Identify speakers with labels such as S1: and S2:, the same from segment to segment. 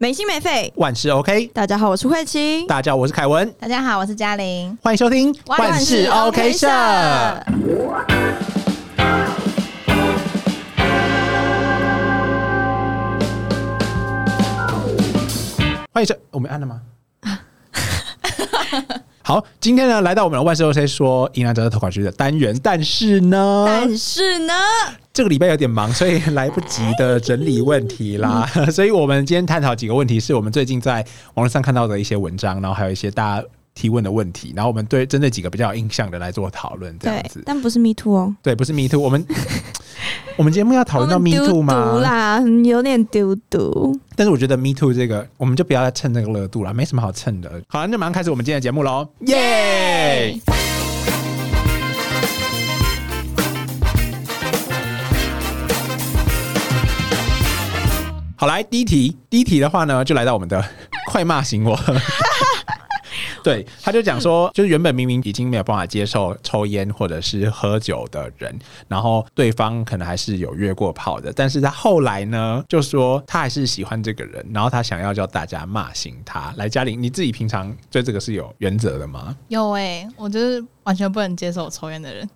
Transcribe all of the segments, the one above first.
S1: 没心没肺。
S2: 万事 OK。
S1: 大家好，我是慧清。
S2: 大家好，我是凯文，
S3: 大家好，我是嘉玲。
S2: 欢迎收听社。欢迎收，我们按了吗？好，今天呢，来到我们的万事 OK 说疑难杂症投稿区的单元，但是呢，
S1: 但是呢，
S2: 这个礼拜有点忙，所以来不及的整理问题啦。所以我们今天探讨几个问题，是我们最近在网络上看到的一些文章，然后还有一些大家提问的问题，然后我们对针对几个比较有印象的来做讨论，这样
S1: 对
S2: 子，。
S1: 但不是 Me Too 哦，
S2: 对，不是 Me Too，我们我们节目要讨论到 Me Too
S1: 我们丢毒
S2: 吗？
S1: 啦，嗯有点丢毒。
S2: 但是我觉得 Me Too 这个，我们就不要再蹭这个热度了，没什么好蹭的。好了，那马上开始我们今天的节目喽，耶！好，来第一题，第一题的话呢，就来到我们的快骂醒我。对，他就讲
S1: 嗯
S2: 说，就是原本明明已经没有办法接受抽烟或者是喝酒的人，然后对方可能还是有约过炮的，但是他后来呢，就说他还是喜欢这个人，然后他想要叫大家骂醒他。来，嘉玲，你自己平常对这个是有原则的吗？
S3: 有哎、我就是完全不能接受我抽烟的人。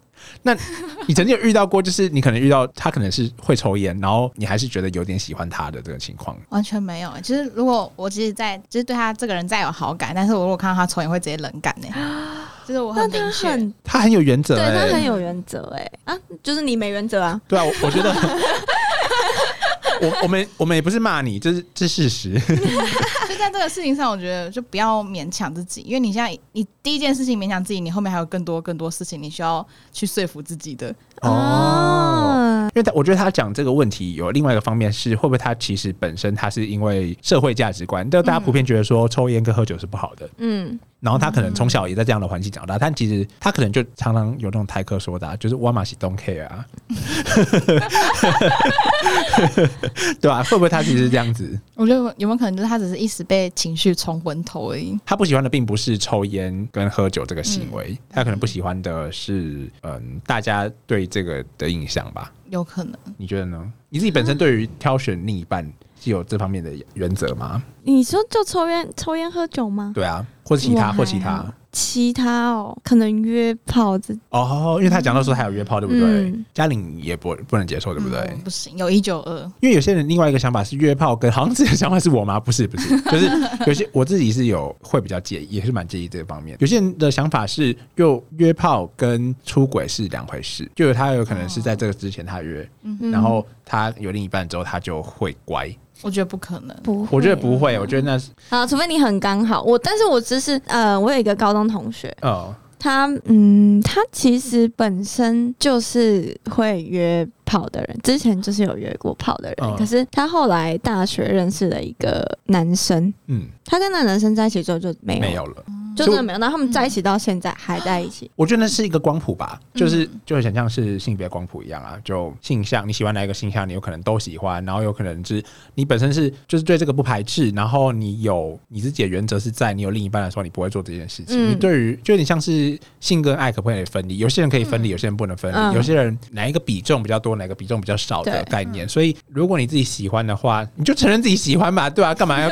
S2: 那你曾经有遇到过，就是你可能遇到他可能是会抽烟，然后你还是觉得有点喜欢他的这个情况，
S3: 完全没有、欸，就是如果我即使在，就是对他这个人再有好感，但是我如果看到他抽烟，会直接冷 感呢、就是我很
S1: 但
S3: 明
S1: 他
S3: 确，
S1: 很，
S2: 他很有原则、
S1: 对
S2: 欸，
S1: 他很有原则哎啊，就是你没原则啊。
S2: 对啊，我我觉得 我我们我们也不是骂你，这是这是事实。
S3: 就在这个事情上，我觉得就不要勉强自己，因为你现在你第一件事情勉强自己，你后面还有更多更多事情你需要去说服自己的。
S2: 哦
S1: 啊，
S2: 因为他我觉得他讲这个问题有另外一个方面是，会不会他其实本身他是因为社会价值观，就大家普遍觉得说抽烟跟喝酒是不好的，
S1: 嗯，
S2: 然后他可能从小也在这样的环境长大，但其实他可能就常常有那种台客说的、啊， 就是我马西 don't care 啊， 对吧、会不会他其实是这样子？
S3: 我觉得有没有可能就是他只是一时被情绪冲昏头而已？
S2: 他不喜欢的并不是抽烟跟喝酒这个行为，他可能不喜欢的是嗯大家对这个的印象吧？
S3: 有可能。
S2: 你觉得呢？你自己本身对于挑选另一半是有这方面的原则吗？
S1: 你说就抽烟、抽烟、喝酒吗？
S2: 对啊，或是其他
S3: 我还好
S2: 或其他
S1: 其他哦，可能约炮这，
S2: 哦，因为他讲到说还有约炮，对不对
S1: 嗯？
S2: 嘉玲也不不能接受，对不对？
S3: 嗯我不行，有一九二。
S2: 因为有些人另外一个想法是约炮跟好像这个想法是我吗？不是不是，就是有些我自己是有会比较介意，也是蛮介意这个方面。有些人的想法是，又约炮跟出轨是两回事，就有他有可能是在这个之前他约，
S1: 嗯
S2: 然后他有另一半之后他就会乖。
S3: 我觉得不可能。
S1: 不会，
S2: 我觉得不会，我觉得那是
S1: 啊，除非你很刚好。我，但是我只是呃，我有一个高中同学，
S2: 哦
S1: 他嗯，他其实本身就是会约炮的人，之前就是有约过炮的人，
S2: 嗯
S1: 可是他后来大学认识了一个男生，
S2: 嗯
S1: 他跟那男生在一起之后就没有，
S2: 没有嗯了。
S1: 就
S2: 所
S1: 真
S2: 以
S1: 的没有。然后他们在一起到现在还在一起，
S2: 我觉得那是一个光谱吧，
S3: 嗯
S2: 就是就很像是性别光谱一样啊，就性向你喜欢哪一个性向，你有可能都喜欢，然后有可能是你本身是就是对这个不排斥，然后你有你自己的原则是在你有另一半的时候，你不会做这件事情。
S1: 嗯
S2: 你对于就有点像是性跟爱可不可以分离？有些人可以分离，
S3: 嗯
S2: 有些人不能分离，
S1: 嗯
S2: 有些人哪一个比重比较多，哪个比重比较少的
S1: 对
S2: 概念。所以如果你自己喜欢的话，你就承认自己喜欢吧，对吧、干嘛要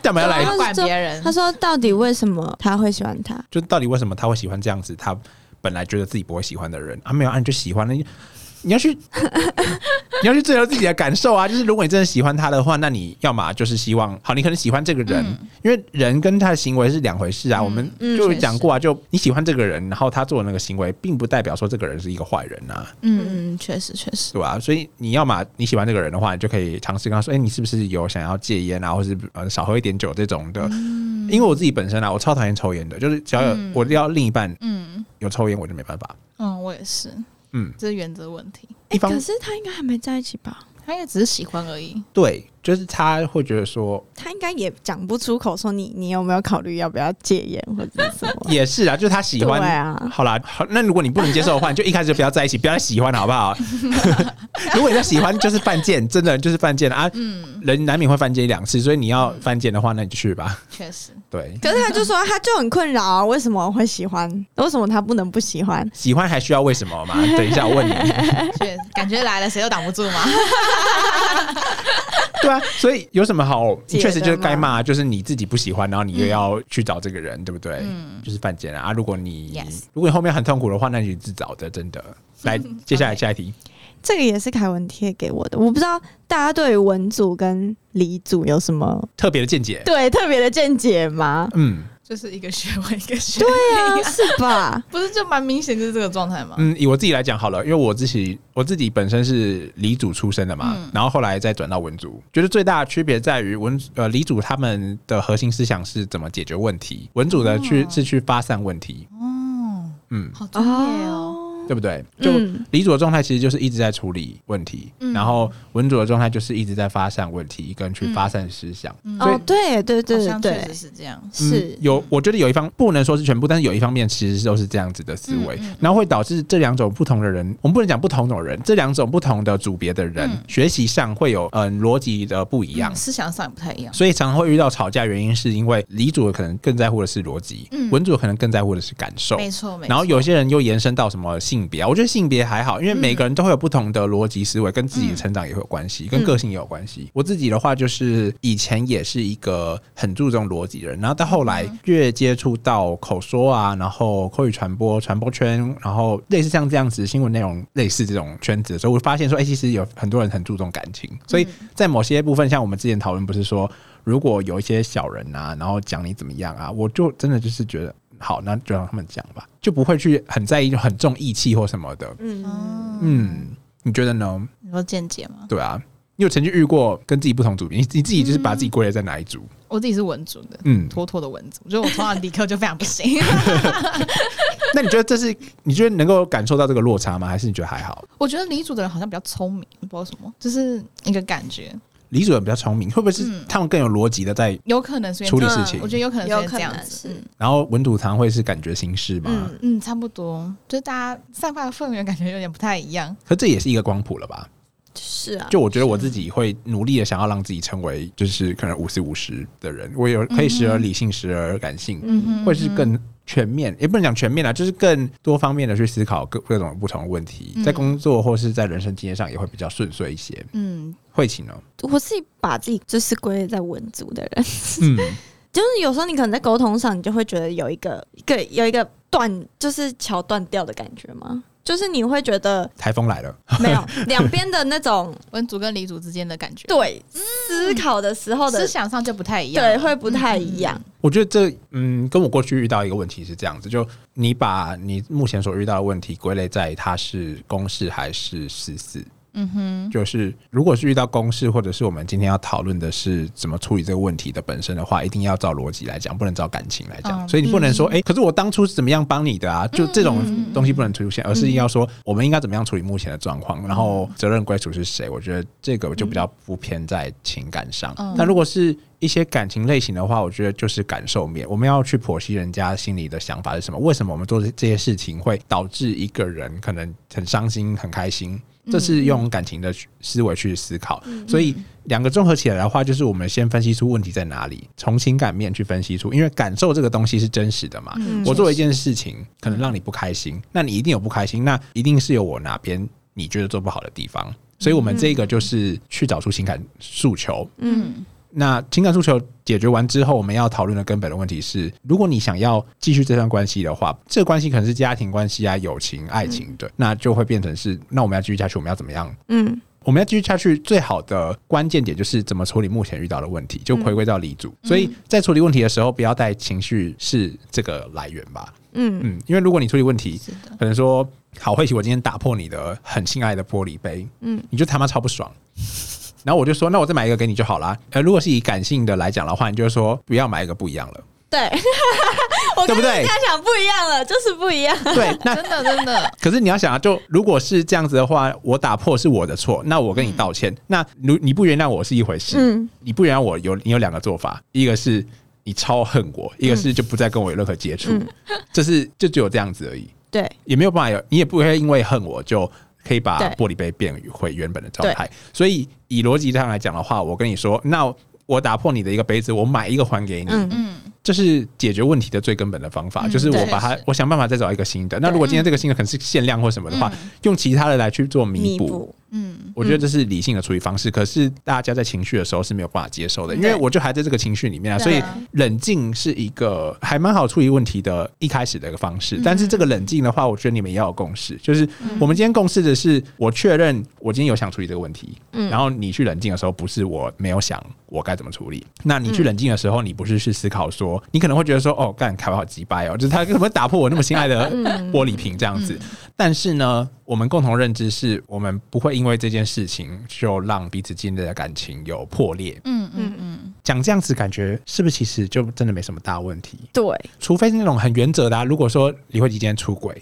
S2: 干嘛要来
S1: 对啊
S3: 不管别人
S1: 他，说到底为什么他会喜欢他？
S2: 就到底为什么他会喜欢这样子？他本来觉得自己不会喜欢的人啊，没有啊，你就喜欢了。你你要去， 你要去追求自己的感受啊！就是如果你真的喜欢他的话，那你要么就是希望好，你可能喜欢这个人，因为人跟他的行为是两回事啊。我们
S1: 嗯
S2: 就有
S3: 确实
S2: 讲过啊，就你喜欢这个人，然后他做的那个行为，并不代表说这个人是一个坏人啊。
S3: 嗯嗯，确实确实。
S2: 对吧、所以你要嘛你喜欢这个人的话，你就可以尝试跟他说，哎、你是不是有想要戒烟啊，或是呃少喝一点酒这种的？因为我自己本身啊，我超讨厌抽烟的，就是只要有、我要另一半
S3: 嗯
S2: 有抽烟，我就没办法。
S3: 嗯，我也是，
S2: 嗯，
S3: 这是原则问题。
S2: 一
S1: 哎、
S2: 方
S1: 可是他应该还没在一起吧？
S3: 他也只是喜欢而已。
S2: 对，就是他会觉得说，
S1: 他应该也讲不出口，说你你有没有考虑要不要戒烟或者是什么？
S2: 也是啊，就是他喜欢。
S1: 对啊
S2: 好啦，好，那如果你不能接受的话，你就一开始就不要在一起，不要再喜欢了，好不好？ 如果你在喜欢，就是犯贱，真的就是犯贱啊。
S1: 嗯
S2: 人难免会犯贱一两次，所以你要犯贱的话，那你就去吧。
S3: 确实，
S2: 对，
S1: 可是他就说，他就很困扰啊，为什么我会喜欢？为什么他不能不喜欢？
S2: 喜欢还需要为什 么吗？等一下我问你。
S3: 确实，感觉来了谁都挡不住嘛。
S2: 对啊，所以有什么好？
S1: 解的
S2: 确实就是
S1: 吗
S2: 该骂，就是你自己不喜欢，然后你又要去找这个人，对不对？
S1: 嗯
S2: 就是犯贱啊！啊如果你
S3: Yes
S2: 如果你后面很痛苦的话，那你自找 的，真的。来，接下来
S3: OK
S2: 下一题，
S1: 这个也是凯文贴给我的，我不知道大家对文组跟理组有什么
S2: 特别的见解。
S1: 对特别的见解吗？
S2: 嗯
S3: 就是一个学位一个学位、
S1: 啊，是 吧？
S3: 不是就蛮明显就是这个状态吗？
S1: 哦
S2: 嗯，以我自己来讲好了，因为我自己我自己本身是理组出身的嘛，
S1: 嗯
S2: 然后后来再转到文组，觉得最大的区别在于文呃理组他们的核心思想是怎么解决问题，文组
S1: 哦
S2: 的去、是去发散问题，
S3: 哦，
S2: 嗯，
S3: 好专业哦。，
S2: 对不对？就
S1: 嗯
S2: 理组的状态其实就是一直在处理问题，
S3: 嗯
S2: 然后文组的状态就是一直在发散问题跟去发散思想。
S3: 嗯
S2: 所以
S1: 哦，对对对
S3: 好
S1: 对
S3: 像确实
S1: 对，
S3: 是这样。
S2: 嗯
S1: 是
S2: 有，我觉得有一方不能说是全部，但是有一方面其实都是这样子的思维，
S3: 嗯嗯
S2: 然后会导致这两种不同的人，我们不能讲不同种人，这两种不同的组别的人、
S3: 嗯
S2: 学习上会有嗯逻辑的不一样。
S3: 嗯思想上也不太一样。
S2: 所以常常会遇到吵架，原因是因为理组可能更在乎的是逻辑，
S3: 嗯
S2: 文组可能更在乎的是感受。
S3: 没错，没错。
S2: 然后有些人又延伸到什么性别啊？我觉得性别还好，因为每个人都会有不同的逻辑思维，跟自己的成长也会有关系，跟个性也有关
S3: 嗯
S2: 系。我自己的话，就是以前也是一个很注重逻辑的人，然后到后来越接触到口说啊，然后口语传播、传播圈，然后类似像这样子新闻内容类似这种圈子的时候，我发现说，哎、其实有很多人很注重感情，所以
S3: 嗯
S2: 在某些部分，像我们之前讨论，不是说如果有一些小人啊，然后讲你怎么样啊，我就真的就是觉得好，那就让他们讲吧，就不会去很在意，就很重义气或什么的。
S1: 嗯，
S3: 哦
S2: 嗯，你觉得呢？
S3: 你说见解吗？
S2: 对啊，你有曾经遇过跟自己不同组别，你你自己就是把自己归类在哪一组？
S3: 我自己是文组的，
S2: 嗯，
S3: 妥妥的文组，就我从小理科就非常 不行。
S2: 那你觉得这是你觉得能够感受到这个落差吗？还是你觉得还好？
S3: 我觉得理组的人好像比较聪明，不知道为什么，就是一个感觉，
S2: 李主任比较聪明，会不会是
S3: 嗯
S2: 他们更有逻辑的在
S3: 有可能是因
S2: 处
S3: 为
S2: 理
S3: 这样
S2: 事情？
S3: 我觉得有可能
S1: 有
S3: 是因为
S1: 可
S3: 这样
S1: 能
S3: 子。
S1: 是
S3: 嗯
S2: 然后文土堂会是感觉形式嘛？
S1: 嗯，
S3: 嗯，差不多，就是大家散发的氛围感觉有点不太一样。
S2: 可这也是一个光谱了吧？
S1: 是啊，
S2: 就我觉得我自己会努力的想要让自己成为，就是可能五十五十的人，我有可以时而理性，时而感性，
S3: 嗯哼，
S2: 或者是更全面，也不能讲全面啦，就是更多方面的去思考各各种不同的问题，
S3: 嗯
S2: 在工作或是在人生经验上也会比较顺遂一些。
S3: 嗯
S2: 会请哦，
S1: 我自己把自己就是归类在文组的人，
S2: 嗯，
S1: 就是有时候你可能在沟通上，你就会觉得有一个一个有一个断，就是桥断掉的感觉吗？就是你会觉得
S2: 台风来了，
S1: 没有两边的那种
S3: 文组跟理组之间的感觉，，
S1: 对思考的时候
S3: 思
S1: 的
S3: 想上就不太一样了，
S1: 对会不太一样。
S2: 我觉得这嗯，跟我过去遇到一个问题是这样子，就你把你目前所遇到的问题归类在它是公式还是私事，
S3: 嗯哼，
S2: 就是如果是遇到公式，或者是我们今天要讨论的是怎么处理这个问题的本身的话，一定要照逻辑来讲，不能照感情来讲。
S3: 嗯
S2: 所以你不能说，哎、可是我当初是怎么样帮你的啊？就这种
S3: 嗯嗯嗯嗯
S2: 东西不能出现，而是要说我们应该怎么样处理目前的状况，然后责任归属是谁？我觉得这个就比较不偏在情感上。
S3: 嗯
S2: 但如果是一些感情类型的话，我觉得就是感受面，我们要去剖析人家心里的想法是什么，为什么我们做这些事情会导致一个人可能很伤心、很开心，这是用感情的思维去思考。所以两个综合起来的话，就是我们先分析出问题在哪里，从情感面去分析出，因为感受这个东西是真实的嘛。
S3: 嗯
S2: 我做一件事情，可能让你不开心，那你一定有不开心，那一定是有我哪边你觉得做不好的地方。所以，我们这个就是去找出情感诉求，
S3: 嗯
S2: 那情感诉求解决完之后，我们要讨论的根本的问题是：如果你想要继续这段关系的话，这个关系可能是家庭关系啊、友情、爱情对，那就会变成是，那我们要继续下去，我们要怎么样？
S1: 嗯
S2: 我们要继续下去，最好的关键点就是怎么处理目前遇到的问题，就回归到理主。所以在处理问题的时候，不要带情绪是这个来源吧。
S1: 嗯
S2: 嗯，因为如果你处理问题，
S3: 是的，
S2: 可能说好，慧琪，我今天打破你的很心爱的玻璃杯，嗯
S1: 嗯，
S2: 你就他妈超不爽。然后我就说，那我再买一个给你就好啦。呃，如果是以感性的来讲的话，你就会说不要买一个不一样了，
S1: 对， 我
S2: 对
S1: 跟你
S2: 不对
S1: 这样想不一样了，就是不一样。
S2: 对，那
S3: 真的真的，
S2: 可是你要想啊，就如果是这样子的话，我打破是我的错，那我跟你道歉。那如你不原谅我是一回事，
S1: 嗯
S2: 你不原谅我有你有两个做法，一个是你超恨我，一个是就不再跟我有任何接触，
S1: 嗯
S2: 这是就只有这样子而已。
S1: 对，
S2: 也没有办法有，你也不会因为恨我就可以把
S1: 对
S2: 玻璃杯变回原本的状态。所以以逻辑上来讲的话，我跟你说，那我打破你的一个杯子，我买一个还给你，
S1: 嗯
S3: 嗯
S2: 这是解决问题的最根本的方法，
S3: 嗯
S2: 就是我把它
S3: 对，
S2: 我想办法再找一个新的。那如果今天这个新的可能是限量或什么的话，用其他的来去做弥补。
S3: 嗯，
S2: 我觉得这是理性的处理方式，可是大家在情绪的时候是没有办法接受的，因为
S3: 对
S2: 我就还在这个情绪里面啊，所
S3: 嗯对
S2: 以
S3: 啊
S2: 冷静是一个还蛮好处理问题的一开始的一个方
S3: 嗯
S2: 式。但是这个冷静的话，我觉得你们也要有共识，就是我们今天共识的是，我确认我今天有想处理这个问题，
S1: 嗯
S2: 然后你去冷静的时候，不是我没有想我该怎么处理，
S3: 嗯
S2: 那你去冷静的时候，你不是去思考说，你可能会觉得说，哦，干凯文好鸡掰哦，就是他怎么打破我那么心爱的
S3: 嗯
S2: 玻璃瓶这样子。但是呢，我们共同认知是我们不会因为这件事情就让彼此间的感情有破裂。
S3: 嗯嗯嗯，
S2: 讲这样子，感觉是不是其实就真的没什么大问题？
S1: 对，
S2: 除非是那种很原则的、啊，如果说李慧琪今天出轨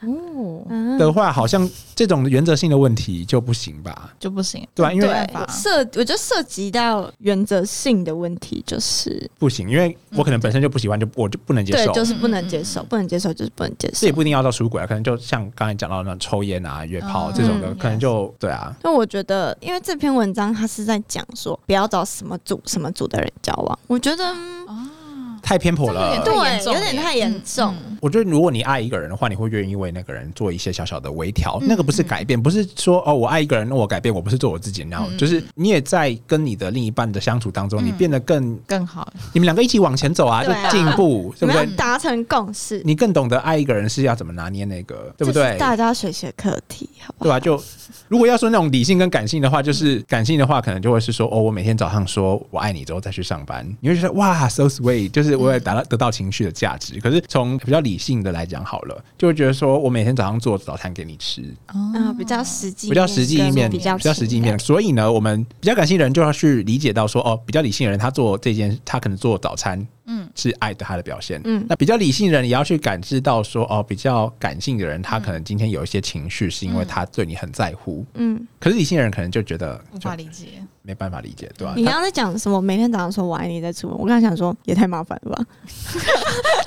S3: 哦，
S1: 嗯
S2: 的话，好像这种原则性的问题就不行吧？
S3: 就不行，
S2: 对吧因为
S3: 没办法
S1: 涉，我觉得涉及到原则性的问题，就是
S2: 不行，因为我可能本身就不喜欢，就我就不能接
S1: 对
S2: 受，。
S1: 就是
S3: 嗯
S1: 不能
S3: 嗯
S1: 接受，不能接受就是不能接
S2: 这
S1: 受
S2: 也。不一定要到出轨啊，可能就像刚才讲到那种抽烟啊、约
S1: 哦
S2: 炮这种的，
S3: 嗯
S2: 可能就对啊，
S1: 那我觉得，因为这篇文章它是在讲说不要找什么组什么组的人交往，我觉得嗯
S3: 啊，
S2: 太偏颇
S3: 这有
S2: 了
S3: 点。太严
S1: 对
S3: 重
S1: 有点
S3: 耶
S1: 太严重。
S2: 我觉得，如果你爱一个人的话，你会愿意为那个人做一些小小的微调。
S1: 嗯嗯
S2: 那个不是改变，不是说哦，我爱一个人，那我改变，我不是做我自己。然后、就是你也在跟你的另一半的相处当中，
S3: 嗯
S2: 你变得更，
S3: 更好，
S2: 你们两个一起往前走啊，
S1: 对啊
S2: 就进步，
S1: 我
S2: 对不
S1: 们
S2: 对？
S1: 要达成共识，
S2: 你更懂得爱一个人是要怎么拿捏那个，对不
S1: 这
S2: 对
S1: 是？大家学学课题，好不好？
S2: 对吧、就如果要说那种理性跟感性的话，就是感性的话，可能就会是说，哦，我每天早上说我爱你之后再去上班，你会觉得哇，so sweet，就是我也达到得到情绪的价值。可是从比较理性的来讲好了，就会觉得说我每天早上做早餐给你吃，
S1: 啊，比较实际，
S2: 比较实际一面，
S1: 比较
S2: 比较实际一面。所以呢，我们比较感性的人就要去理解到说，哦，比较理性的人他做这件，他可能做早餐，嗯
S3: 嗯，
S2: 是爱的他的表现。嗯
S1: 嗯，
S2: 那比较理性的人也要去感知到说，哦，比较感性的人他可能今天有一些情绪，是因为他对你很在乎。
S1: 嗯，
S2: 可是理性的人可能就觉得
S3: 无
S2: 就
S3: 法理嗯解，
S2: 没办法理解，对吧、
S1: 你刚刚在讲什么？每天早上说我爱你再出门，我刚才想说也太麻烦了吧？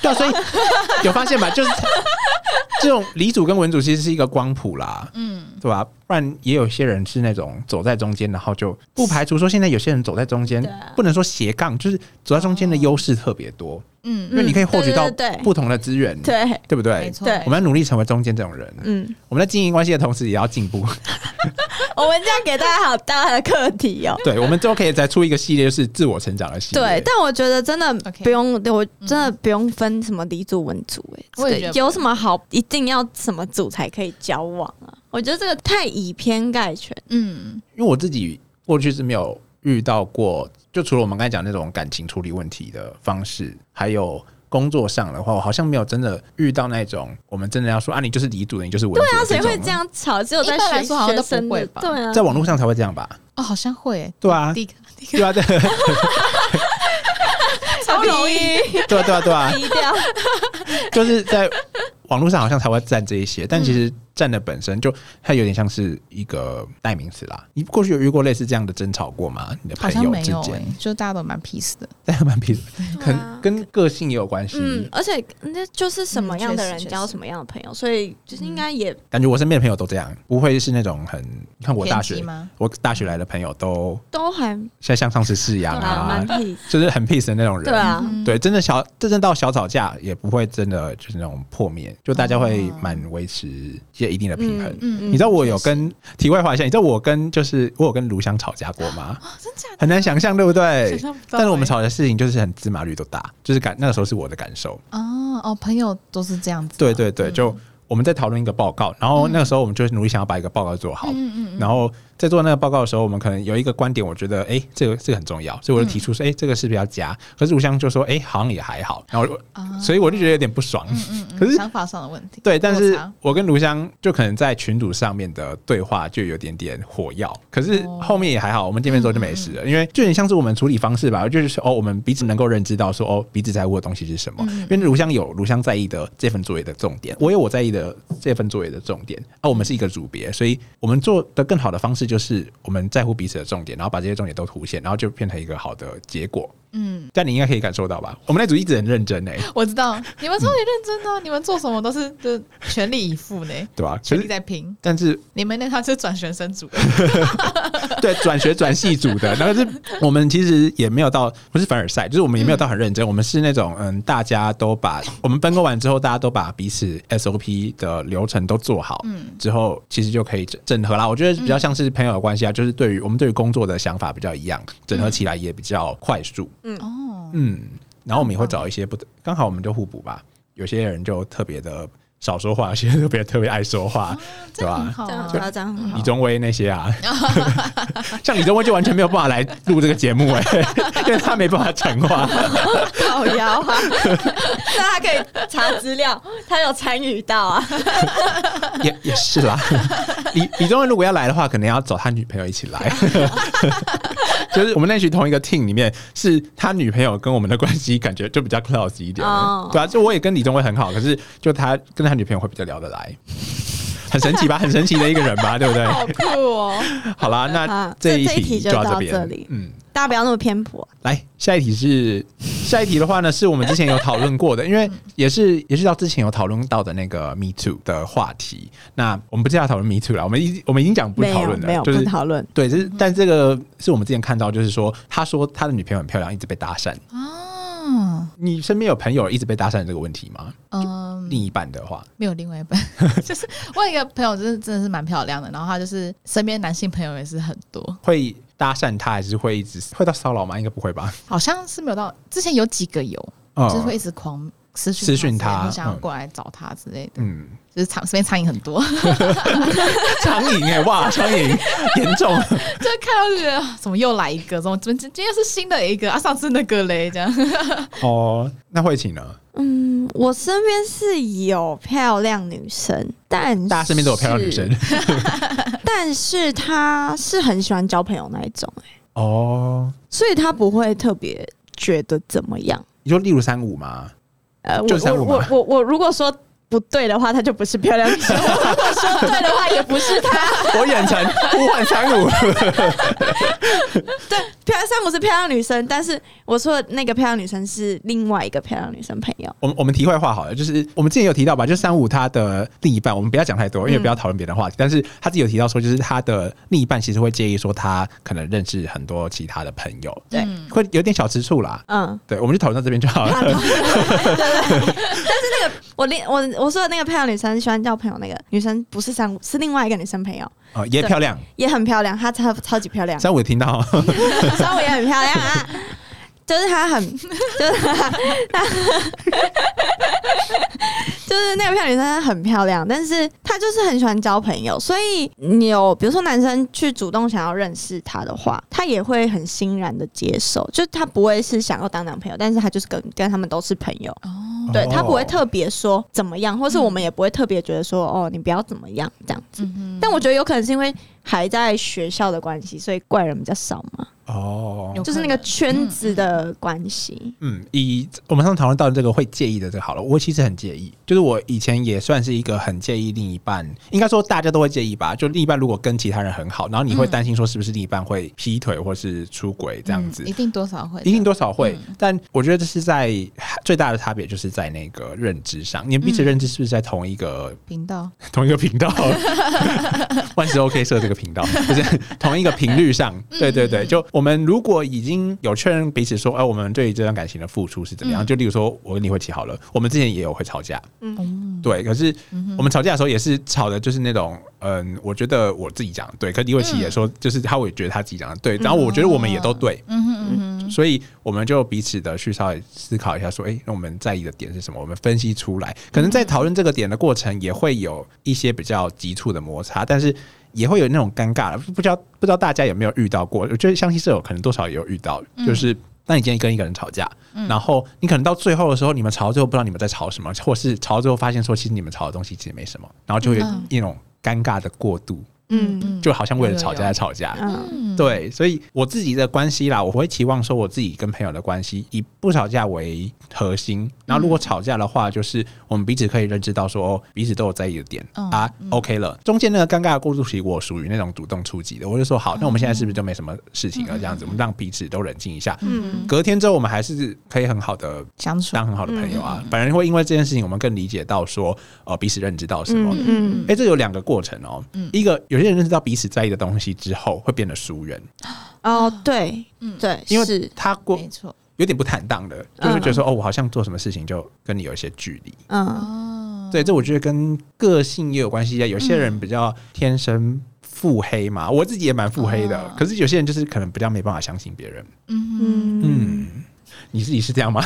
S2: 对 啊，所以有发现吧？就是这种理主跟文主其实是一个光谱啦，
S3: 嗯，
S2: 对吧？不然也有些人是那种走在中间，然后就不排除说现在有些人走在中间，
S1: 对啊哦
S2: 不能说斜杠，就是走在中间的优势特别多，因为
S3: 嗯，
S2: 你可以获取到
S1: 对对对
S2: 不同的资源，
S1: 对，
S2: 对不对
S3: 没？错，
S1: 对
S2: 我们要努力成为中间这种人。
S1: 嗯，
S2: 我们在经营关系的同时，也要进步。
S1: 我们这样给大家好大的课题哦。
S2: 对，我们都可以再出一个系列，就是自我成长的系列。
S1: 对，但我觉得真的
S3: OK
S1: 不用我真的不用分什么理组文组、欸，
S3: 我也
S1: 这个
S3: 觉得不
S1: 有什么好一定要什么组才可以交往啊？我觉得这个太以偏概全。
S3: 嗯
S2: 因为我自己过去是没有遇到过，就除了我们刚才讲那种感情处理问题的方式，还有工作上的话，我好像没有真的遇到那种我们真的要说啊，你就是离组的，你就是文对
S1: 那谁会这？样吵？只有在
S3: 一般
S1: 学
S3: 来说好像
S1: 学
S3: 都
S1: 生
S3: 不会
S1: 的，
S3: 吧
S1: 对啊，
S2: 在网络上才啊会这样吧？
S3: 哦，好像会耶，
S2: 对啊，
S3: 第一个第一个
S2: 对啊，对对啊，
S3: 超容易
S2: 对啊，对啊对啊，
S1: 低调。
S2: 就是在网络上好像才会占这一些，但其实占的本身就它有点像是一个代名词啦。你过去有遇过类似这样的争吵过吗？你的
S3: 好
S2: 朋
S3: 像
S2: 友
S3: 没
S2: 之
S3: 有
S2: 间
S3: 耶，，就大家都蛮 peace 的，
S2: 但还蛮平，可
S1: 对啊
S2: 能跟个性也有关系。
S1: 嗯，而且那就是什么样的人
S3: 嗯确实
S1: 交什么样的朋友，所以就是应该也
S2: 感觉我身边的朋友都这样，不会是那种很你看我大
S3: 偏
S2: 学
S3: 激吗，
S2: 我大学来的朋友都
S1: 都还
S2: 现在像上次世阳啊
S1: 蛮，蛮 peace
S2: 就是很 peace 的那种人。
S1: 对啊，
S3: 嗯
S2: 对真的小，真正到小吵架也不会真的就是那种破灭，就大家会
S3: 哦
S2: 蛮维持一些一定的平衡。
S3: 嗯
S2: 你知道我有跟题外话一下，你知道我跟就是我有跟卢香吵架过 吗？
S3: 真假的
S2: 很难想象，对不对
S3: 想象不到欸
S2: 但是我们吵的事情就是很芝麻绿豆大，就是感那个时候是我的感受。
S3: 哦哦，朋友都是这样子，啊嗯
S2: 对对对，就我们在讨论一个报告，然后那个时候我们就努力想要把一个报告做好。
S3: 嗯嗯嗯，
S2: 然后在做那个报告的时候，我们可能有一个观点，我觉得哎、诶这个这个很重要，所以我就提出说，
S3: 嗯
S2: 哎、这个是不是要加？可是吴香就说，哎、好像也还好。然后我、
S3: 啊
S2: 所以我就觉得有点不爽。
S3: 嗯嗯，
S2: 可是
S3: 想法上的问题，
S2: 对，但
S3: 落
S2: 是
S3: 差
S2: 我跟卢香就可能在群组上面的对话就有点点火药，可是
S3: 哦嗯
S2: 后面也还好，我们见面之后就没事了，因为就有点像是我们处理方式吧，就是说哦，我们彼此能够认知到说哦，彼此在乎的东西是什么，
S3: 嗯
S2: 因为卢香有卢香在意的这份作业的重点，我有我在意的这份作业的重点，啊，我们是一个组别，所以我们做的更好的方式就是我们在乎彼此的重点，然后把这些重点都凸显，然后就变成一个好的结果。
S3: 嗯，
S2: 但你应该可以感受到吧？我们那组一直很认真哎、
S3: 我知道 你们超级认真的啊、你们做什么都是就全力以赴呢，
S2: 对吧？可
S3: 全力
S2: 是，
S3: 在拼。
S2: 但是
S3: 你们那套是转 学生组的，
S2: 对，转学转系组的，然后是我们其实也没有到，不是凡尔赛，就是我们也
S3: 嗯
S2: 没有到很认真，我们是那种嗯，大家都把我们分工完之后，大家都把彼此 SOP 的流程都做好，嗯，之后其实就可以整整合啦。我觉得比
S3: 嗯
S2: 较像是朋友的关系啊，就是对于我们对于工作的想法比较一样，整
S3: 嗯
S2: 合起来也比较快速，
S3: 哦，
S2: 嗯，然后我们也会找一些不，刚好我们就互补吧，有些人就特别的少说话，有些人特别特别爱说话，
S3: 哦这样很好
S1: 这样
S3: 啊
S1: 好，这样很好
S2: 李。宗威那些啊， 像李宗威就完全没有办法来录这个 节目哎、因为他没办法讲话。
S1: 好摇 啊！大家可以查资料，他有参与到啊。
S2: 也也是啦， 李李宗威如果要来的话，可能要找他女朋友一 起来。就是我们那群同一个 team 里面，是他女朋友跟我们的关系感觉就比较 close 一点
S1: 哦
S2: 对啊，就我也跟李宗威很好，可是就他跟他女朋友会比较聊得来，很神奇吧？很神奇的一个人吧，对不对？
S3: 好酷哦！
S2: 好啦，那
S1: 啊
S2: 这一
S1: 这这一
S2: 题
S1: 题就
S2: 到
S1: 到
S2: 边
S1: 这里
S2: 嗯。
S1: 大家不要那么偏颇，啊
S2: 来，下一题是下一题的话呢，是我们之前有讨论过的，因为 也是也是到之前有讨论到的那个 Me Too 的话题。那我们不是要讨论 Me Too 了，我们已我们已经讲不
S1: 没
S2: 讨
S1: 有
S2: 论
S1: 没有
S2: 了，就
S1: 不
S2: 是
S1: 讨论。
S2: 对，就是但这个是我们之前看到，就是说他说他的女朋友很漂亮，一直被搭讪。
S3: 啊，
S2: 你身边有朋友一直被搭讪这个问题吗？
S3: 嗯，
S2: 另一半的话，
S3: 没有另外一半， 就是我有一个朋友，就是真的是蛮漂亮的，然后她就是身边男性朋友也是很多，
S2: 会搭讪他还是会一直会到骚扰吗？应该不会吧？
S3: 好像是没有到之前有几个有，
S1: 哦
S2: 嗯
S3: 就是会一直狂私讯
S2: 私讯她
S3: 或想要
S2: 嗯
S3: 过来找她之类的，
S2: 嗯，
S3: 就是苍身边苍蝇很 多，
S2: 苍蝇哎，哇，苍蝇 严重。
S3: 就是看到就觉得啊怎么又来一个，怎么怎么今天又是新的一个啊，上次那个嘞，这样
S2: 哦，那慧琴呢？
S1: 嗯，我身边是有漂亮女生，但
S2: 大家身边都有漂亮女生
S1: 是， 但是她是很喜欢交朋友那一种、欸，
S2: 哦。
S1: 所以她不会特别觉得怎么样。
S2: 你说例如三五吗？
S1: 呃，我
S2: 就三
S1: 我
S2: 五
S1: 我
S2: 嘛
S1: 我我如果说不对的话，她就不是漂亮女生；我如果说对的话，也不是她。
S2: 我眼馋，呼唤三五。
S1: 对，漂亮山姆是漂亮女生，但是我说的那个漂亮女生是另外一个漂亮女生朋友。
S2: 我们我们题外话好了，就是我们之前有提到吧，就是三五他的另一半，我们不要讲太多，因为不要讨论别的话题。但是他自己有提到说，就是他的另一半其实会介意说他可能认识很多其他的朋友，
S1: 对，
S2: 会有点小吃醋啦。
S1: 嗯，
S2: 对，我们就讨论到这边就好了。
S1: 我另我我说的那个漂亮女生喜欢交朋友那个女生不是三五，是另外一个女生朋友，
S2: 哦，也漂亮，
S1: 也很漂亮，她超超级漂亮，
S2: 三五有听到
S1: 所以我也很漂亮啊。就是她很，就是她，她 就是那个漂亮女生很漂亮，但是她就是很喜欢交朋友，所以你有比如说男生去主动想要认识她的话，她也会很欣然的接受，就是她不会是想要当男朋友，但是她就是跟跟他们都是朋友，
S3: 哦，
S1: 对她不会
S2: 哦
S1: 特别说怎么样，或是我们也不会特别觉得说哦你不要怎么样这样子。
S3: 嗯
S1: 但我觉得有可能是因为还在学校的关系，所以怪人比较少嘛。
S2: 哦。
S3: 有
S1: 就是那个圈子的关系。
S2: 嗯，以我们上次讨论到这个会介意的这个好了，我其实很介意，就是我以前也算是一个很介意另一半，应该说大家都会介意吧。就另一半如果跟其他人很好，然后你会担心说是不是另一半会劈腿或是出轨这样子，
S3: 嗯一定多少会的，
S2: 一定多少会。但我觉得这是在最大的差别就是在那个认知上，你们彼此认知是不是在同一个
S3: 频道，
S2: 同一个频 道，万事 OK 设这个频道，就是同一个频率 上。
S3: 嗯
S2: 对对对，就我们如果已经有确认彼此说，哎、我们对于这段感情的付出是怎么样？就例如说，我跟你会起好了，我们之前也有会吵架，
S3: 嗯，
S2: 对，可是我们吵架的时候也是吵的，就是那种，嗯，我觉得我自己讲的对，可李慧
S3: 嗯
S2: 琪也说，就是他也觉得他自己讲的对，然后我觉得我们也都对，
S3: 嗯哼嗯哼，
S2: 所以我们就彼此的去稍微思考一下，说，哎、那我们在意的点是什么？我们分析出来，可能在讨论这个点的过程，也会有一些比较急促的摩擦，但是也会有那种尴尬了。不知道不知道大家有没有遇到过？我觉得相信是有可能多少也有遇到，
S3: 嗯
S2: 就是。当你今天跟一个人吵架，然后你可能到最后的时候，你们吵到最后不知道你们在吵什么，或是吵到最后发现说，其实你们吵的东西其实没什么，然后就会有
S3: 嗯
S2: 一种尴尬的过渡。
S1: 嗯
S2: 就好像为了吵架
S3: 有有
S2: 在
S3: 有
S2: 吵架。
S1: 嗯，
S3: 嗯，
S2: 对，所以我自己的关系啦，我会期望说我自己跟朋友的关系以不吵架为核心。然后如果吵架的话，就是我们彼此可以认知到说，哦，彼此都有在意的点、
S3: 嗯
S2: 啊、o k 了。中间那个尴尬的过渡期，我属于那种主动出击的，我就说好，那我们现在是不是就没什么事情了？这样子，我们让彼此都冷静一下。
S1: 嗯
S2: 隔天之后，我们还是可以很好的
S3: 相处
S2: 当很好的朋友啊，反而会因为这件事情，我们更理解到说，呃，彼此认知到什么。
S1: 嗯嗯
S2: 哎、这有两个过程哦。一个有些人认识到彼此在意的东西之后，会变得疏远，
S1: 哦，对，
S3: 嗯
S1: 对，嗯
S2: 因为
S1: 是，
S2: 他过
S3: 没错
S2: 有点不坦荡的，就是觉得说，哦，我好像做什么事情就跟你有一些距离。
S1: 嗯
S3: 哦，
S2: 对，这我觉得跟个性也有关系啊。有些人比较天生腹黑嘛，我自己也蛮腹黑的，
S3: 哦
S2: 可是有些人就是可能比较没办法相信别人。
S3: 嗯
S1: 嗯。
S2: 嗯，你自己是这样吗？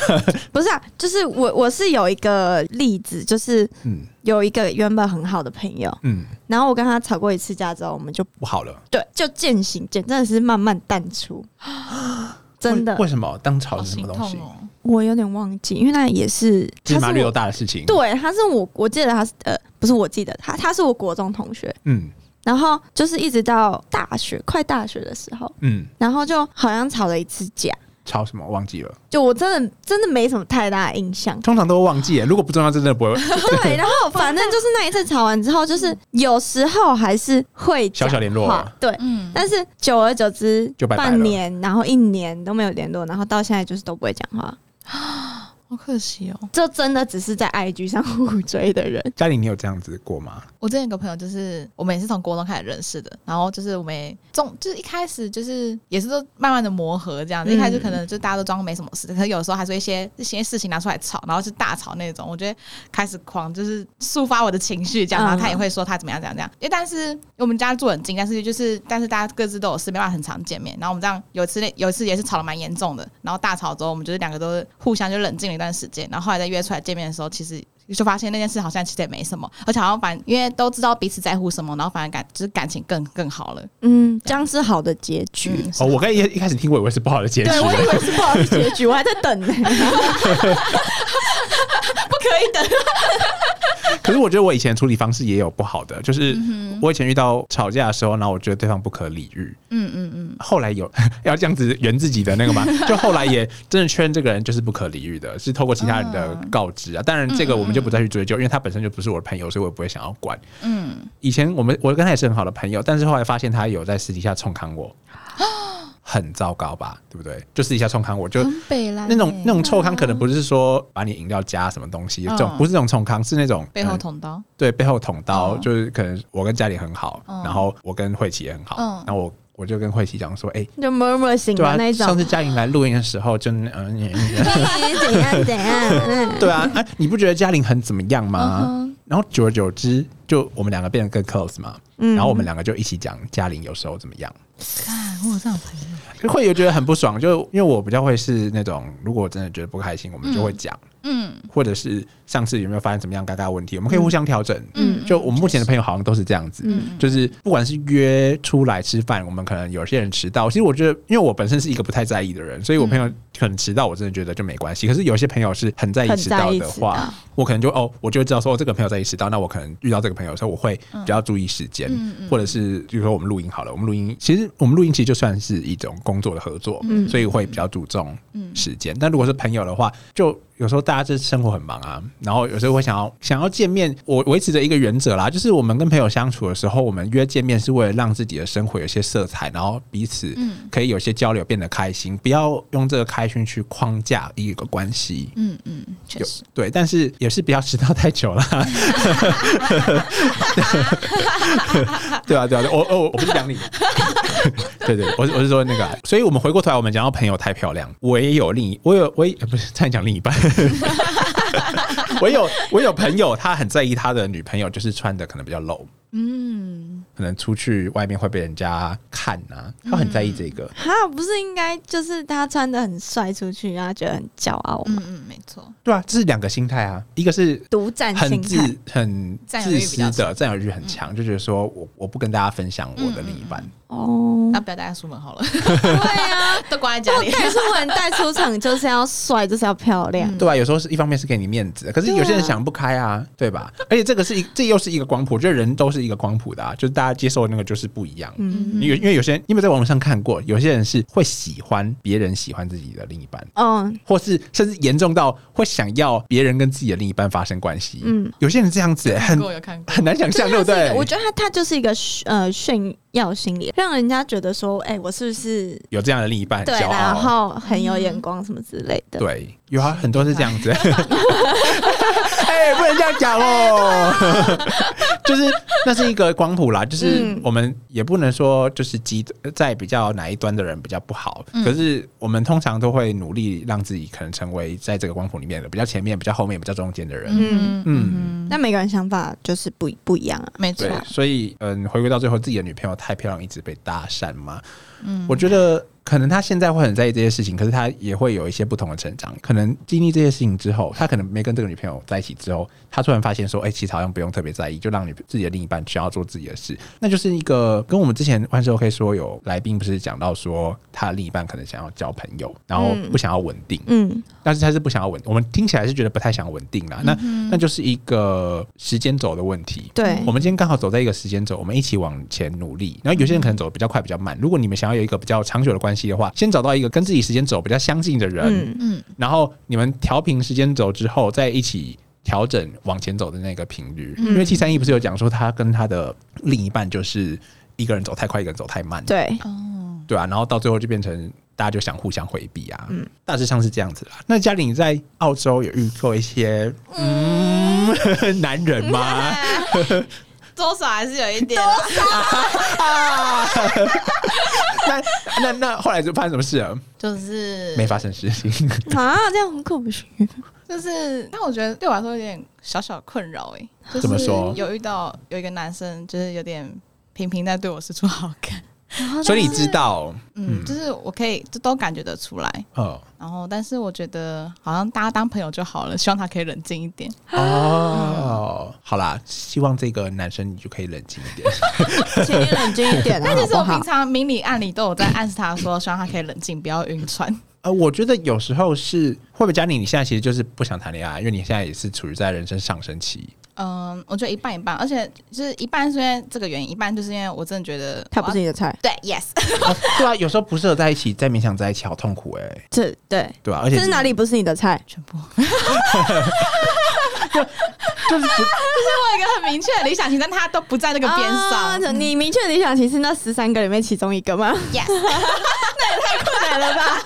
S1: 不是啊，就是我我是有一个例子，就是
S2: 嗯
S1: 有一个原本很好的朋友，
S2: 嗯，
S1: 然后我跟他吵过一次架之后，我们就
S2: 不好了，
S1: 对就渐行渐，真的是慢慢淡 出，真的
S2: 为，为什么当
S3: 好
S2: 吵是什
S3: 心
S2: 么
S3: 痛
S2: 东西？
S3: 哦，
S1: 我有点忘记，因为那也是
S2: 芝
S1: 他
S2: 麻
S1: 是
S2: 绿豆
S1: 我
S2: 大的事情。，
S1: 对，他是我我记得他是呃不是我记得他他是我国中同学，
S2: 嗯
S1: 然后就是一直到大学快大学的时候，
S2: 嗯，
S1: 然后就好像吵了一次架，
S2: 吵什么忘记了，。
S1: 就我真的真的没什么太大的印象
S2: 通常都会忘记耶。如果不重要，真的不会。
S1: 对，然后反正就是那一次吵完之后，就是有时候还是会讲
S2: 小小联络啊
S1: 话对。
S3: 嗯，
S1: 但是久而久之，
S2: 就拜拜了
S1: 半年，然后一年都没有联络，然后到现在就是都不会讲话，
S3: 好可惜哦。
S1: 就真的只是在 IG 上互追的人。
S2: 嘉玲，你有这样子过吗？
S3: 我之前有个朋友，就是我们也是从国中开始认识的，然后就是我们也中就是一开始就是也是都慢慢的磨合这样子，
S1: 嗯
S3: 一开始可能就大家都装没什么事，可是有时候还是会一些一些事情拿出来吵，然后是大吵那种，我觉得开始狂就是抒发我的情绪这
S1: 嗯
S3: 样，然后他也会说他怎么样怎样怎样，因为但是因为我们家住很近，但是就是但是大家各自都有事，没办法很常见面，然后我们这样有一次有一次也是吵得蛮严重的，然后大吵之后我们就是两个都互相就冷静了一段时间，然后后来再约出来见面的时候，其实就发现那件事好像其实也没什么，而且好像反因为都知道彼此在乎什么，然后反而感就是感情更更好了。
S1: 嗯，这样是好的结局。
S3: 嗯，
S2: 哦，我刚才一一开始听我以为是不好的结局啊
S1: 对，，我以为是不好的结局，我还在 等呢、
S3: 不可以等。
S2: 可是我觉得我以前处理方式也有不好的，就是我以前遇到吵架的时候，然后我觉得对方不可理喻，
S3: 嗯嗯嗯，
S2: 后来有 要这样子圆自己的那个嘛，就后来也真的确认这个人就是不可理喻的，是透过其他人的告知啊。当然这个我们就不再去追究，因为他本身就不是我的朋友，所以我也不会想要管。嗯，以前我们我跟他也是很好的朋友，但是后来发现他有在私底下冲康我。很糟糕吧，对不对？就私底下冲康我，就
S3: 很北蓝
S2: 那种那种臭康，可能不是说把你饮料加什么东西，这种
S3: 嗯
S2: 不是这种冲康，是那种
S3: 背后
S2: 嗯
S3: 捅刀。
S2: 对，背后捅刀，
S3: 嗯
S2: 就是可能我跟家里很好，
S3: 嗯
S2: 然后我跟慧琪也很好，
S3: 嗯
S2: 然后我我就跟慧琪讲说，哎、
S1: 就 murmur 醒
S2: 对
S1: 了
S2: 啊
S1: 那，一种
S2: 上。次嘉玲来录音的时候就嗯，嗯
S1: 嘿哎怎样怎样？嗯，
S2: 对啊，哎、你不觉得嘉玲很怎么样吗？
S3: 嗯
S2: 然后久而久之，就我们两个变得更 close 嘛，
S1: 嗯
S2: 然后我们两个就一起讲嘉玲有时候怎么样，
S3: 看我有这样的朋友，
S2: 会有觉得很不爽，就因为我比较会是那种，如果我真的觉得不开心，我们就会讲，
S3: 嗯
S2: 或者是上次有没有发生怎么样尴尬问题，我们可以互相调整，
S3: 嗯，
S2: 就我们目前的朋友好像都是这样子，就是不管是约出来吃饭，我们可能有些人迟到。其实我觉得，因为我本身是一个不太在意的人，所以我朋友
S3: 嗯
S2: 可能迟到，我真的觉得就没关系。可是有些朋友是很在意迟到的
S1: 很在意迟
S2: 话
S1: 到，
S2: 我可能就哦，我就会知道说哦，这个朋友在意迟到，那我可能遇到这个朋友的时候，我会比较注意时间，或者是比如说我们录音好了，我们录音其实我们录音其实就算是一种工作的合作，所以会比较注重时间。但如果是朋友的话，就有时候大家这生活很忙啊，然后有时候会想要想要见面，我维持着一个原则啦，就是我们跟朋友相处的时候，我们约见面是为了让自己的生活有些色彩，然后彼此可以有些交流，变得开心，不要用这个开心去框架一个关系。
S3: 嗯嗯，确
S2: 有
S3: 实，
S2: 对，但是也是不要迟到太久了。 对啊，对啊，对我我我不是 讲你。对对，我是我是说那个啊、所以我们回过头来，我们讲到朋友太漂亮，我也有另一，我有我也不是差点讲另一 半，我有我有朋友，他很在意他的女朋友，就是穿的可能比较露，
S3: 嗯，
S2: 可能出去外面会被人家看啊，他很在意这个。
S1: 哈，不是应该就是他穿的很帅出去，让他觉得很骄傲
S3: 嗯
S1: 吗？
S3: 嗯，没错，
S2: 对啊，这是两个心态啊，一个是
S1: 独占
S2: 很
S1: 心态
S2: 自，很
S3: 占有欲
S2: 自
S3: 比较嗯
S2: 私的占有欲很强，就觉得说我我不跟大家分享我的另一半，
S1: 哦
S3: 那，不要带他出门好了，
S1: 对 啊，
S3: 都关在家
S1: 不
S3: 里。
S1: 带出门带出场就是要帅，就是要漂亮。
S3: 嗯
S2: 对吧、有时候是一方面是给你面子，可是有些
S1: 对
S2: 人
S1: 啊
S2: 想不开啊，对吧？而且这个是一，这又是一个光谱，我觉得人都是一个光谱的、啊，就是大家接受的那个就是不一样。
S1: 嗯，
S2: 因为因为有些人，你有没有在网络上看过，有些人是会喜欢别人喜欢自己的另一半，
S1: 嗯，
S2: 或是甚至严重到会想要别人跟自己的另一半发生关系。嗯
S1: 嗯，
S2: 有些人这样子、欸
S3: 看
S2: 很
S3: 过有看过，
S2: 很难想
S1: 就
S2: 象，
S1: 是
S2: 对
S1: 它
S2: 不
S1: 是一个，
S2: 对？
S1: 我觉得他他就是一个炫呃炫耀心理，让人家觉得说，哎、我是不是
S2: 有这样的另一半，
S1: 对，
S2: 骄
S1: 然
S2: 傲。啊
S1: 后很有眼光什么之类的。
S2: 对，有啊，很多是这样 子。哎、不能这样 讲哦。就是那是一个光谱啦，就是
S1: 嗯
S2: 我们也不能说就是极在比较哪一端的人比较不好，
S3: 嗯
S2: 可是我们通常都会努力让自己可能成为在这个光谱里面的比较前面、比较后面、比较中间的人。
S3: 嗯
S1: 嗯
S2: 嗯
S3: 嗯，
S1: 那每个人想法就是不一不一样啊。
S3: 没错
S2: 对，，所以嗯，回归到最后，自己的女朋友太漂亮，一直被搭讪嘛。
S3: 嗯
S2: 我觉得可能她现在会很在意这些事情，可是她也会有一些不同的成长。可能经历这些事情之后，她可能没跟这个女朋友在一起之后，她突然发现说，哎、其实好像不用特别在意，就让你自己的另一半需要做自己的事。那就是一个跟我们之前万事 OK 说有来宾不是讲到说，她的另一半可能想要交朋友，然后
S1: 嗯
S2: 不想要稳定。
S1: 嗯，
S2: 但是他是不想要稳，我们听起来是觉得不太想稳定啦。那、
S1: 嗯
S2: 那就是一个时间轴的问题。
S1: 对
S2: 我们今天刚好走在一个时间轴，我们一起往前努力。然后有些人可能走得比较快，比较慢。如果你们想要有一个比较长久的关系的话，先找到一个跟自己时间轴比较相近的人，
S1: 嗯
S3: 嗯
S2: 然后你们调平时间轴之后，再一起调整往前走的那个频率。
S1: 嗯
S2: 因为 T 三一不是有讲说，他跟他的另一半就是一个人走太快，一个人走太慢，
S1: 对，
S3: 哦，
S2: 对啊，然后到最后就变成大家就想互相回避啊，
S1: 嗯
S2: 大致上是这样子啦。那嘉玲你在澳洲有遇过一些嗯 男人
S1: 嗯
S2: 吗？
S3: 多少还是有一点啦，
S2: 啊那那那后来就发生什么事了？
S3: 就是
S2: 没发生事情，
S1: 啊，这样很可不行。
S3: 就是，但我觉得对我来说有点小小困扰哎、就是
S2: 怎么说
S3: 有遇到有一个男生，就是有点平平，但对我是出好感，
S2: 所以你知道，
S3: 嗯，就是我可以就都感觉得出来。
S2: 哦
S3: 然后，但是我觉得好像大家当朋友就好了，希望他可以冷静一点。
S2: 哦，好啦，希望这个男生你就可以冷静一点。
S1: 请你冷静一点啊，
S3: 但
S1: 好
S3: 其实
S1: 不
S3: 我平
S1: 好？
S3: 常明里暗里都有在暗示他说，希望他可以冷静，不要晕船。
S2: 呃，我觉得有时候是会不会嘉玲，你现在其实就是不想谈恋爱，因为你现在也是处于在人生上升期。
S3: 嗯，我觉得一半一半，而且就是一半是因为这个原因，一半就是因为我真的觉得
S1: 他不是
S3: 我要
S1: 你的菜，
S3: 对，yes，
S2: 哦对啊，有时候不适合在一起，再勉强在一起，好痛苦哎、
S1: 这对，
S2: 对啊吧、而且
S1: 这是哪里不是你的啊菜？
S3: 全部。
S2: 就是不
S3: 我有一个很明确的理想型，但他都不在那个边
S1: 啊
S3: 上。
S1: 你明确理想型是那十三个里面其中一个吗？
S3: Yes，那也太困难了吧？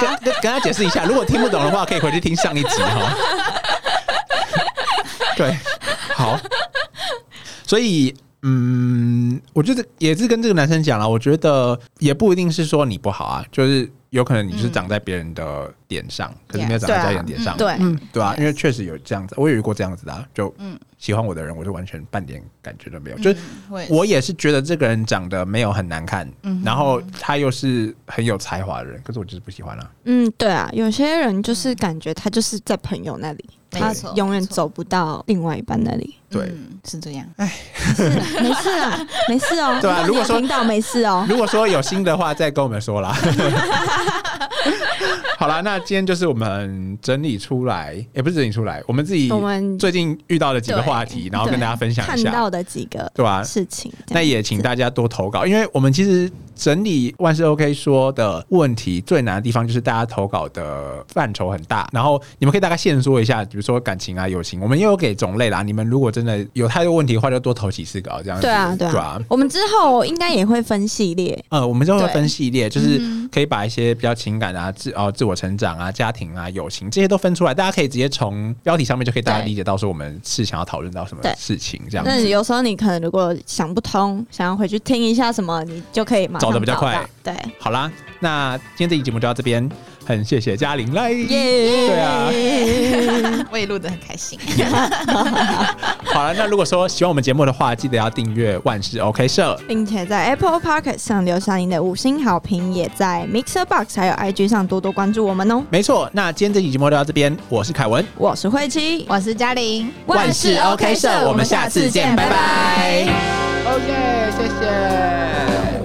S2: 跟跟跟他解释一下，如果听不懂的话，可以回去听上一集哈。对，好，所以。嗯，我觉得也是跟这个男生讲了，我觉得也不一定是说你不好啊，就是有可能你是长在别人的点上，可是没有长在家人点上，
S1: 对啊
S2: 嗯，对啊，
S3: Yes
S2: 因为确实有这样子，我也遇过这样子的、啊，就
S3: 嗯
S2: 喜欢我的人，我就完全半点感觉都没有，就是
S3: 会
S2: 我也是觉得这个人长得没有很难看，
S3: 嗯哼
S2: 然后他又是很有才华的人，可是我就是不喜欢啊。
S1: 嗯，对啊，有些人就是感觉他就是在朋友那里，
S3: 没
S1: 他
S3: 错
S1: 永远
S3: 没错
S1: 走不到另外一半那里。
S2: 对
S3: 嗯是这 样。
S1: 没事 啊，没事哦。
S2: 对啊如果说
S1: 你有听到没事哦，
S2: 如果说有新的话，再跟我们说啦。好啦，那今天就是我们整理出来，也不是整理出来，我们自己
S1: 我们
S2: 最近遇到的几个
S3: 对
S2: 话题，然后跟
S1: 对
S2: 大家分享
S1: 看
S2: 一下，
S1: 到的几个
S2: 对吧、
S1: 事情，这
S2: 那
S1: 样
S2: 也请大家多投稿，因为我们其实整理万事 OK 说的问题最难的地方就是大家投稿的范畴很大，然后你们可以大概限缩一下，比如说感情啊、友情，我们也有给种类啦。你们如果真的有太多问题的话，就多投几次稿这样子。
S1: 对啊，对
S2: 对
S1: 啊。我们之后应该也会分系列，
S2: 呃，我们就会
S1: 对
S2: 分系列，就是可以把一些比较情感啊、自哦自我成长啊、家庭啊、友情这些都分出来，大家可以直接从标题上面就可以大家
S3: 对
S2: 理解到说我们是想要讨论到什么
S1: 对
S2: 事情这样
S1: 那
S2: 子。
S1: 有时候你可能如果想不通，想要回去听一下什么，你就可以马上
S2: 找得比较
S1: 到
S2: 快。
S1: 对，
S2: 好啦，那今天这期节目就到这边，很谢谢嘉玲来。
S1: 耶
S2: 对 啊
S3: 我也录得很开心。
S2: 好了，那如果说喜欢我们节目的话，记得要订阅万事 OK 社。
S1: 并且在 Apple p o c k e t 上留下您的五星好评，也在 Mixer Box 还有 IG 上多多关注我们哦。
S2: 没错，那今天这期节目就到这边，我是凯文，
S1: 我是慧琪，
S3: 我是嘉玲。
S2: 万事 OK 社我们下次见拜拜
S1: 拜
S2: 哦耶，谢谢。